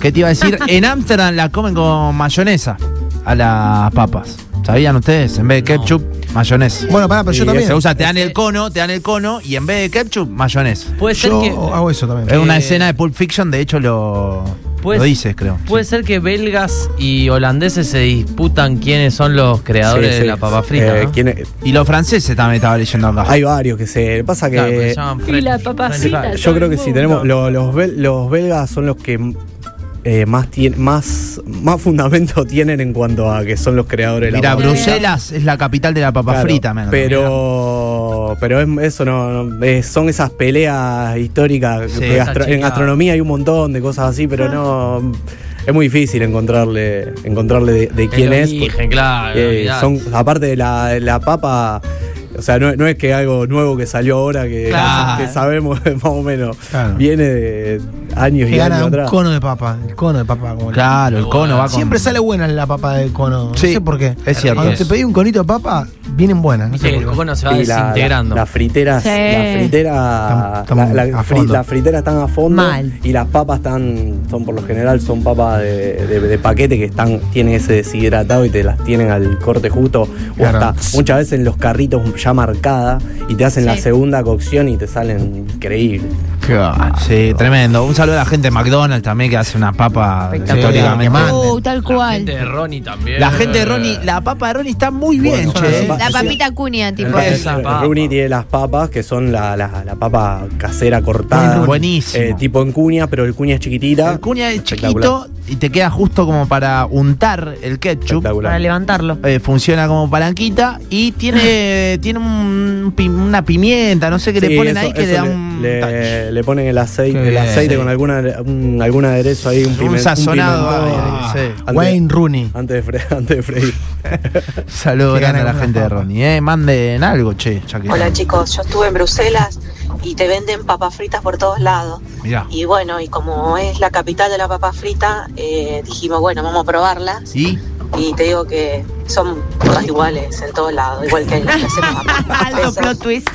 ¿Qué te iba a decir? En Ámsterdam la comen con mayonesa a las papas. ¿Sabían ustedes? En vez de ketchup, mayonesa.
Bueno, pará, pero yo
Y
también.
Se usa, te dan el cono, te dan el cono y en vez de ketchup, mayonesa.
Puede ser
Yo
que-
hago eso también.
Es una
Eh,
escena de Pulp Fiction, de hecho lo,
Pues-
lo dices, creo.
Puede ser que belgas y holandeses se disputan quiénes son los creadores
Sí,
de
sí.
la papa frita.
Eh,
¿no?
¿quién es? Y los franceses también estaba leyendo acá.
Hay varios que se. Pasa que.
Claro, pues porque se llaman French- French fries.
Yo creo que sí, tenemos. lo- los, bel- los belgas son los que eh, más, tien- más, más fundamento tienen en cuanto a que son los creadores de la
Mira,
papa frita.
Bruselas es la capital de la papa
Claro,
frita, menos.
Pero, pero es- eso no, no, eh, son esas peleas históricas.
Sí,
de
esa
gastro-
chica.
en gastronomía hay un montón de cosas así, pero no es muy difícil encontrarle, encontrarle de, de quién
El
es.
origen, claro,
Eh,
olvidate.
son, aparte de la, de la papa, o sea, no, no es que algo nuevo que salió ahora que,
Claro.
que sabemos más o menos.
Claro.
Viene de años
Que
y años
gana un
atrás.
cono de papa. El cono de papa. como la-
Claro, el cono va con.
Siempre sale buena la papa de cono.
Sí,
no sé por qué.
es cierto.
Cuando te pedí un conito de papa, vienen buenas. No
Sí,
sé por
el
qué.
cono se va
Y la-
desintegrando.
La, las friteras,
Sí.
las friteras,
Tam- tam-
la- la
a
fri-
fondo.
las friteras están a fondo
Mal.
y las papas están, son por lo general son papas de, de- de paquete que están tienen ese deshidratado y te las tienen al corte justo
Claro.
o hasta muchas veces en los carritos ya marcada y te hacen la
Sí.
segunda cocción y te salen increíbles.
Sí, tremendo. Un saludo a la gente de McDonald's también que hace una papa históricamente.
Uh, tal cual.
De Ronnie también.
La gente de Ronnie, la papa de Ronnie está muy bien, che.
La papita cuña, tipo. eh.
El-
esa
el
papa.
Rooney tiene las papas, que son la, la- la papa casera cortada.
Buenísimo.
Eh, tipo en cuña, pero el cuña es chiquitita.
El cuña es
Espectacular.
chiquito, y te queda justo como para untar el ketchup.
Para levantarlo.
Eh, funciona como palanquita y tiene, tiene un pi- una pimienta, no sé qué le
Sí,
ponen
eso-
ahí que
eso
le da un,
le, le ponen el aceite,
Qué
el
bien,
aceite
sí.
con alguna, un- algún aderezo ahí, un,
un
pimen- un
sazonado.
pimentón.
ahí, sí.
Antes-
Wayne Rooney.
Antes de, fre- antes de freír.
Saludos grande a la gente de Ronnie. Eh, manden algo, che. ya que-
Hola chicos, yo estuve en Bruselas y te venden papas fritas por todos lados.
Mirá.
Y bueno, y como es la capital de la papa frita, eh, dijimos, bueno, vamos a probarlas.
¿Y?
Y te digo que son todas iguales en todos lados, igual que en las que hacemos acá. Besos.
twist.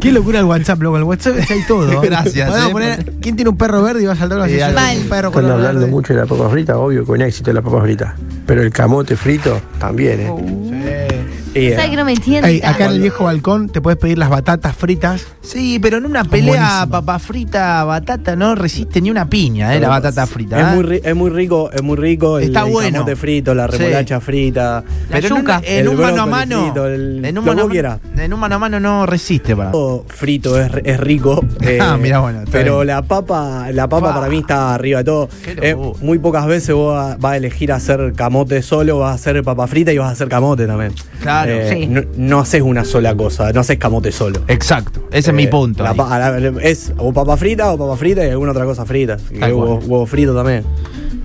Qué locura el WhatsApp, loco. El WhatsApp hay todo.
Gracias,
Podemos
eh,
poner, ¿Quién tiene un perro verde y va a saltar una
Eh,
sesión?
Mal.
Un perro
Están
color
hablando
verde.
mucho de la papa frita, obvio, con éxito la papa frita. Pero el camote frito también, ¿eh?
Y, eh,
¿Sabes que no me entiendes?
Ey, acá en el viejo balcón te puedes pedir las batatas fritas.
Sí, pero en una pelea papa frita, batata, no resiste ni una piña, eh, la batata frita.
Es
¿eh?
muy, ri- es muy rico, es muy rico el,
Está
el
bueno.
camote frito, la
Sí.
remolacha frita.
Pero en un- en
el
un mano a
brócoli
mano,
frito, el-
en
Oh.
un
lo que
mano a
vos quieras.
mano- en un mano a mano no resiste para.
Todo frito es, es rico. eh,
Ah, mirá, bueno, está
Pero
bien.
la papa, la papa
Pa.
para mí está arriba de todo.
Qué
Eh,
locura.
muy pocas veces vos va- vas a elegir hacer camote solo, vas a hacer papa frita y vas a hacer camote también.
Claro.
Eh,
Sí.
no, no haces una sola cosa, no haces camote solo. Eh,
Exacto, ese es mi punto
la
ahí.
pa- la- es o papa frita o papa frita y alguna otra cosa frita. Y
Tal
huevo,
cual.
huevo frito también.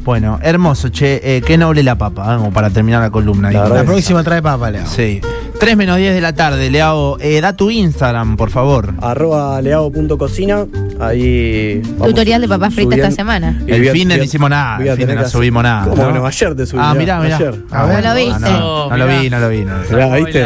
Bueno, hermoso, che, eh, qué noble la papa, ¿eh? como para terminar la columna. ahí.
La próxima trae papa, Leo.
Sí. 3 menos 10 de la tarde, Leao. Eh, da tu Instagram, por favor.
Arroba leao.cocina. Ahí. vamos
Tutorial de papas fritas
subiendo.
esta semana.
Y
El
voy a-
fin de
voy a-
no hicimos nada,
voy a
el fin de no
tener que-
subimos nada.
¿Cómo
¿no?
que no? Ayer te subí.
Ah,
ya,
mirá, mirá.
Ayer.
Ah,
No
bueno.
lo viste.
Ah, no, no lo vi, no lo vi. No lo vi.
Mirá, ¿viste?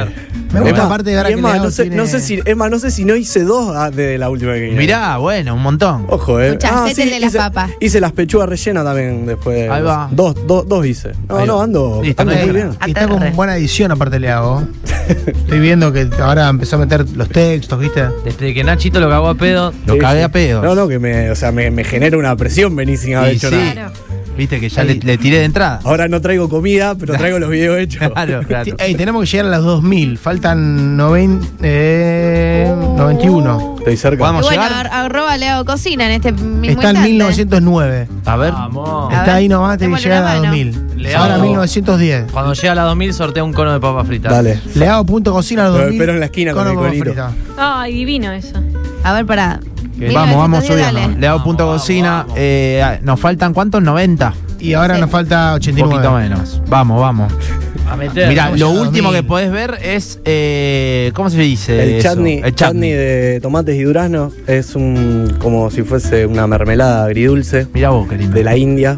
Me gusta
Es más,
aparte de ahora
y es
que
más,
Leao
no sé, no
tiene-
sé si, es más, no sé si no hice dos ah, de la última que hice.
Mirá, bueno, un montón.
Ojo, eh.
Escuchá, hacete el de las
hice,
papas.
Hice las pechugas rellenas también después.
Ahí va.
Dos, dos, dos hice. No,
Ahí
no,
va.
ando,
Listo,
ando
no
muy
hay
bien.
Y está con buena edición, aparte le hago. Estoy viendo que ahora empezó a meter los textos, ¿viste?
Desde que Nachito lo cagó a pedo.
Lo
Sí,
cagué
sí.
a pedo.
No, no, que me, o sea, me, me genera una presión venir sin haber
Y
hecho
sí.
nada.
Viste que ya le, le tiré de entrada.
Ahora no traigo comida, pero traigo los videos hechos.
Claro, claro.
Ey, tenemos que llegar a las 2000. Faltan 90, eh,
Oh. Uh.
91.
Estoy cerca.
Y
Vamos a
bueno,
llegar.
ar- arroba Leo Cocina en este mismo
Está en
instante.
1909.
A ver. Eh,
Está
A ver,
ahí nomás, tiene
démosle
que
una
llegar a
mano.
2000.
Le
Ahora
hago-
1910.
Cuando llega a la 2000 sortea un cono de papas fritas.
Dale.
Leao.cocina a los
Lo
2000.
espero en la esquina con
Cono
el
papa
conito.
frita.
Ay, divino eso.
A ver, pará.
Bien. Vamos, vamos
1910, dale.
subiendo. Leao punto cocina. Eh, ah, nos faltan cuántos? 90.
Y ahora nos falta
Un
89.
poquito menos. Vamos, vamos.
A meter.
Mirá, lo
Vamos a
último
2000.
que podés ver es. eh, ¿Cómo se dice?
El
eso?
chutney,
El
chutney de tomates y duraznos es un como si fuese una mermelada agridulce
Mirá vos, qué lindo. Ah,
de la India.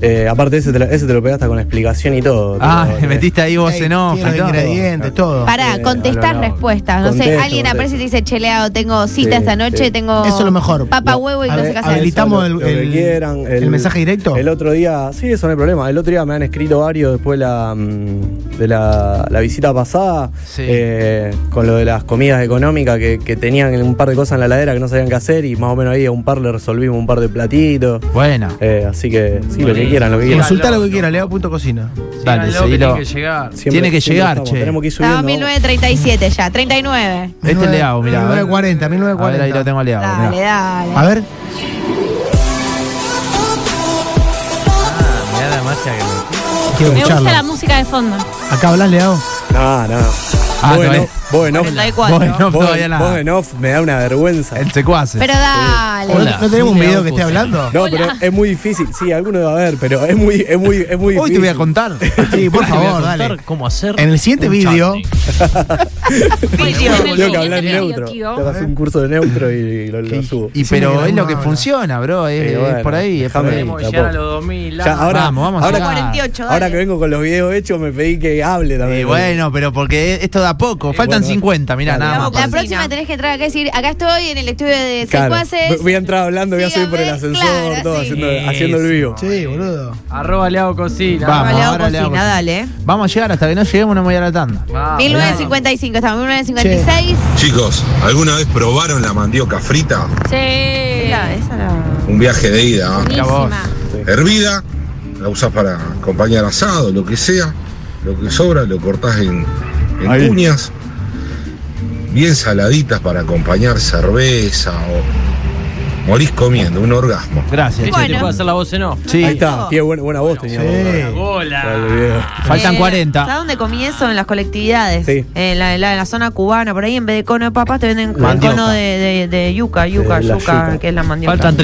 Eh, aparte ese te, lo, ese te lo pegaste con explicación y todo. eh,
Ah,
Tipo,
le metiste ahí vos
Ey,
en off.
tiene
y
los
todo.
ingredientes, todo.
Eh,
Pará, contestar
no, no.
respuestas. No sé,
Contesto,
alguien
contesto.
aparece y te dice, cheleado, tengo cita
Sí,
esta noche,
sí.
tengo...
Eso es lo mejor.
Papa,
Lo-
huevo y
a
no
ver,
sé qué
a
hacer.
ver, Habilitamos el-
Lo que
el-
quieran,
el mensaje directo.
El otro día, sí, eso no hay problema. El otro día me han escrito varios después de la, mm, de la, la visita pasada,
Sí.
eh, con lo de las comidas económicas que, que tenían un par de cosas en la ladera que no sabían qué hacer y más o menos ahí a un par le resolvimos un par de platitos.
Buena.
Eh, así que sí, lo que
Buenísimo.
quieran, lo que quieran.
Consulta lo que quiera, Leao.cocina.
Dale,
Síganlo, que
seguilo.
tiene que llegar.
Siempre-
tiene que
siempre
llegar,
estamos,
che.
Tenemos que ir
Estaba
subiendo.
1937 ya, 39.
Este le hago, mirá. a ver.
1940,
A ver, ahí lo
1940.
tengo
Ah,
leado.
Dale,
mirá.
dale.
A ver,
Ah, mirá la magia que me-
quiero
Me gusta la
escucharlo.
música de fondo.
Acá hablas, Leao.
No, no.
Ah,
Vos en
todavía-
off- vos en off-
Bueno,
vos-
todavía
vos
nada.
en off me da una vergüenza.
El secuace.
Pero dale.
¿No, no tenemos un video que esté hablando?
No, pero es muy difícil. Sí, alguno va a ver, pero es muy, es muy, es muy
Hoy te
difícil.
voy a contar. Sí, por
Te voy a
favor,
contar
dale.
cómo hacer
En el siguiente
un
vídeo.
chutney.
Bueno,
Tengo que
en el
hablar
siguiente
neutro.
video,
Tengo que hacer un curso de neutro y lo, lo subo.
Y
Sí,
pero
mira,
es lo
una
que
hora.
funciona, bro. Es,
Sí,
es
bueno,
por ahí, es por
déjame
ahí.
ir.
Queremos llegar a los 2000.
Ya, ahora,
Vamos, vamos a
ahora,
llegar.
48, dale.
ahora que vengo con los videos hechos, me pedí que hable también.
Y bueno, pero porque esto da poco. Faltan
bueno,
50, mirá,
dale.
nada más.
La
para-
próxima tenés que entrar acá y decir, acá estoy en el estudio de
Claro,
secuaces.
voy a entrar hablando, voy a subir por el
Síganme,
ascensor,
claro,
todo,
sí.
haciendo,
Eso.
haciendo el vivo.
Sí, boludo.
Arroba Leao Cocina.
Vamos,
Leao
ahora Leao
Cocina,
Cocina.
dale.
Vamos a llegar hasta que no lleguemos, no me voy a la tanda.
Vamos.
1955, estamos en 1956.
Chicos, ¿alguna vez probaron la mandioca frita?
Sí.
Esa, esa la-
Un viaje de ida. ¿ah?
Buenísima.
hervida, la usas para acompañar asado, lo que sea, lo que sobra lo cortás en, en
Ahí.
cuñas, bien saladitas para acompañar cerveza
Morís comiendo, un orgasmo.
Gracias.
¿Viste? Te puedo hacer la voz en off.
Sí.
Ahí está, Tiene buena, buena voz tenía.
Sí.
Ah,
Hola.
Faltan
Eh,
40.
¿Sabes dónde comí eso? En las colectividades.
Sí.
En, la, en la- en la zona cubana, por ahí en vez de cono de papas te venden un
Mandioca.
cono de, de- de yuca, yuca,
la
yuca,
yuca.
que es la mandioca.
Aparte, ey,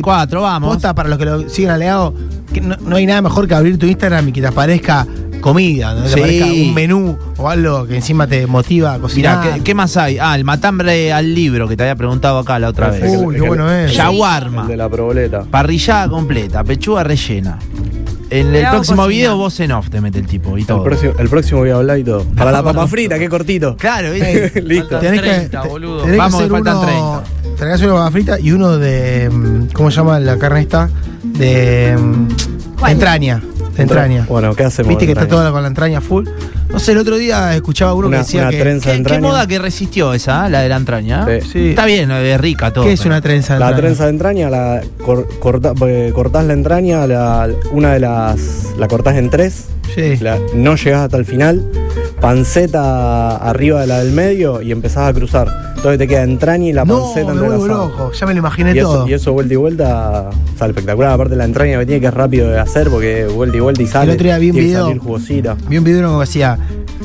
34, vamos.
Posta para los que lo siguen aleado, que no, no hay nada mejor que abrir tu Instagram y que te aparezca comida, ¿no? que te
Sí.
aparezca un menú o algo que encima te motiva a
Mirá,
cocinar.
¿qué, qué más hay? Ah, el matambre al libro que te había preguntado acá la otra vez.
Uy, qué bueno eh. es.
Yaguarma.
De la proboleta.
Parrillada completa, pechuga rellena. En el
Bravo
próximo
cocina.
video vos en off te mete el tipo y
El
todo.
próximo, el próximo voy a hablar y todo. Para la papa frita, qué cortito.
Claro, ¿viste?
Listo.
Tenés que- te- tenés que
Vamos, que
hacer
faltan
uno-
30.
Tenés una papa frita y uno de. mm, ¿Cómo se llama la carne esta? De. mm,
¿Cuál?
Entraña. De entraña.
Bueno, ¿qué hacemos?
Viste que está
entraña?
toda con la entraña full. No sé, el otro día escuchaba uno
Una-
que decía
una
que.
trenza de
¿Qué, qué moda que resistió esa, ¿eh? la de la entraña?
Sí.
Está bien, es rica todo.
¿Qué es
pero-
una trenza de
La
entraña?
trenza de entraña, la cor- corta- eh, cortás la entraña, la- una de las. la cortás en tres,
Sí.
la- no llegás hasta el final, panceta arriba de la del medio y empezás a cruzar. Entonces te queda entraña y la
No,
panceta
me vuelvo
entrelazada.
loco. Ya me lo imaginé
Y eso,
todo.
y eso vuelta y vuelta sale espectacular. Aparte la entraña que tiene que es rápido de hacer porque vuelta y vuelta y sale.
otro día vi un
tiene
video.
Que salir jugosita.
Vi un video de uno que hacía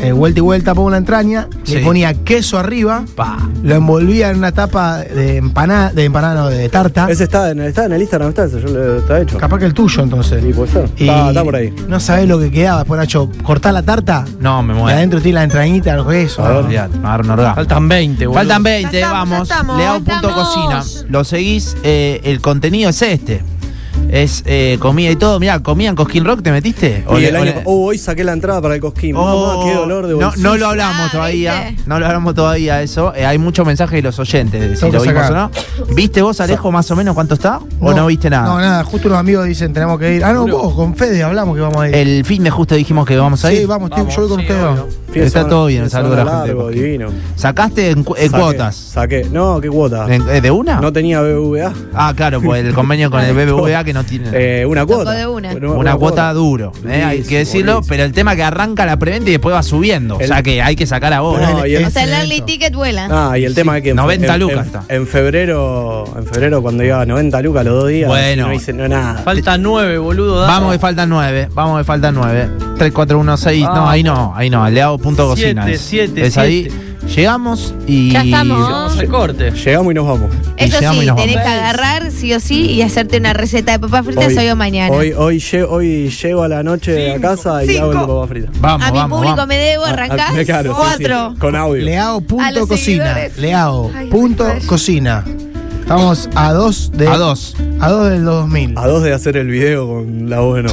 eh, vuelta y vuelta, pongo una entraña,
Sí.
le ponía queso arriba,
Pa.
lo envolvía en una tapa de empanada, de empanada, no, de tarta.
Ese está en, el- está en el Instagram, está ese, yo lo, está hecho.
Ah. Capaz que el tuyo entonces.
Sí, puede ser.
Y
Está, está por ahí.
No sabés lo que quedaba después, Nacho. Cortás la tarta
No, me
y
muero.
adentro tiene la entrañita, los huesos.
A ver, ya, me agarro un orgasmo.
Faltan 20, eh, boludo.
Faltan 20,
Ya estamos, ya
vamos.
estamos,
Leao.cocina. Lo seguís, eh, el contenido es este. Es eh, comida y todo. Mirá, comida en Cosquín Rock, ¿te metiste?
Y
le-
el año-
le-
oh, hoy saqué la entrada para el cosquín.
Oh,
Mamá, qué dolor de
no,
bolsillo.
no lo hablamos todavía. No lo hablamos todavía eso. Eh, hay muchos mensajes de los oyentes de si
Tengo
lo
que
vimos o no.
sacar.
¿Viste vos, Alejo, más o menos cuánto está? ¿O no, viste nada?
No, nada, justo unos amigos dicen tenemos que ir. Ah, no,
Juro.
vos, con Fede hablamos que vamos a ir.
El fin de justo dijimos que vamos a ir.
sí, vamos, tío, yo voy con ustedes.
Fin de
Está
semana-
todo
fin
bien,
de
saludo a la
semana
gente. de
largo,
Cosquín.
divino.
Sacaste en, cu- en
Saqué,
cuotas.
Saqué. No, ¿qué cuotas?
¿En- eh, ¿De una?
No tenía BBVA.
Ah, claro, pues el convenio con el BBVA que no tiene.
Eh, una
Tocó
cuota.
de una.
Una, cuota duro, eh, hay que decirlo, pero el tema que arranca la preventa y después va subiendo. o sea
El-
que hay que sacar a vos.
No, y el-
O sea, el early ticket vuela.
Ah, y el tema es que. en-
90
en-
lucas
en-
está.
En febrero, en febrero cuando iba a 90 lucas los dos días,
Bueno.
no hice no, nada.
Faltan 9, boludo. dale.
Vamos que faltan nueve, vamos que faltan nueve. 3, 4, 1, 6, no,
Ah.
ahí no, ahí no, aleado.cocina.
Siete,
Es,
siete,
es ahí. Llegamos y.
Ya estamos.
Vamos al corte.
Llegamos y nos vamos.
Eso
Y llegamos y
sí,
nos
tenés que
vamos.
agarrar sí o sí y hacerte una receta de papas fritas
Hoy-
hoy, o mañana.
Hoy, hoy, lle- hoy llego a la noche a casa y hago el papa frita.
Vamos,
a mi
vamos,
público
vamos.
me debo,
Ah,
arrancás
ah, claro, sí, sí,
cuatro.
con audio.
Leao
A los
punto cocina.
seguidores.
Leao punto cocina. Estamos a dos de.
A dos.
A dos del 2000.
A dos de hacer el video con la voz de no.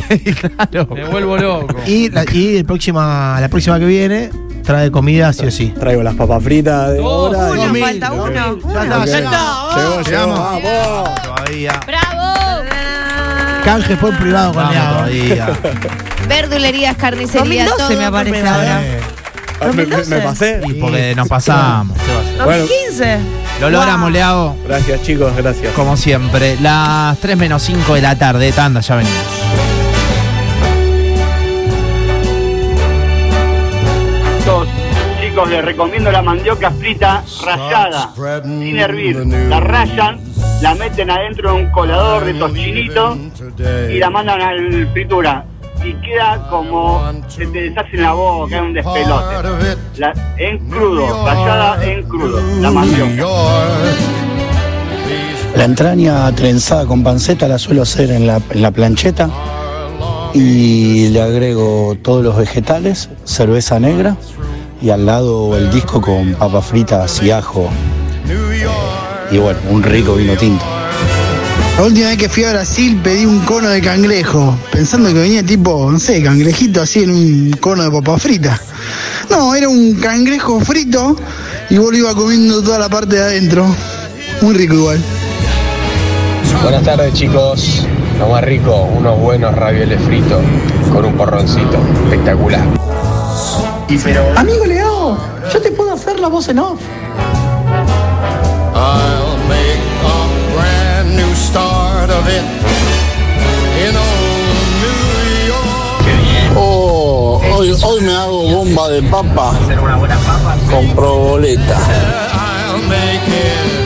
Me vuelvo loco.
Y, la, y el próxima, la próxima que viene trae comida sí o sí.
Traigo las papas fritas de
Oh,
ahora. y-
Uno, falta uno.
Ya está, ya está.
Llegó, llegamos. Vamos.
Todavía.
¡Bravo!
Canje por privado con
Vamos
Leao.
todavía.
Verdulerías, carnicería,
2012
todo.
me aparece
comprado.
ahora.
Ah, me- me, me
2012.
pasé.
Y porque nos pasamos.
Bueno.
2015.
Lo logramos, Leao,
Gracias, chicos, gracias.
como siempre. Las 3 menos 5 de la tarde, tanda, ya venimos.
Chicos, les recomiendo la mandioca frita rallada, sin hervir. La rayan, la meten adentro de un colador de tochinito y la mandan al fritura. Y queda como se te deshace en la boca, es un despelote. La- en crudo, rallada en crudo, la mandioca.
La entraña trenzada con panceta la suelo hacer en la, en la plancheta y le agrego todos los vegetales, cerveza negra y al lado el disco con papas fritas y ajo. Eh, y bueno, un rico vino tinto.
La última vez que fui a Brasil pedí un cono de cangrejo, pensando que venía tipo, no sé, cangrejito así en un cono de papa frita. No, era un cangrejo frito y vos lo ibas comiendo toda la parte de adentro. Muy rico igual.
Buenas tardes chicos, lo más rico, unos buenos ravioles fritos con un porroncito, espectacular.
Amigo Leo, yo te puedo hacer la voz en off.
I'll make a brand new start of it in old New York.
Oh, hoy, hoy me hago bomba de papa con proboleta.
I'll make it.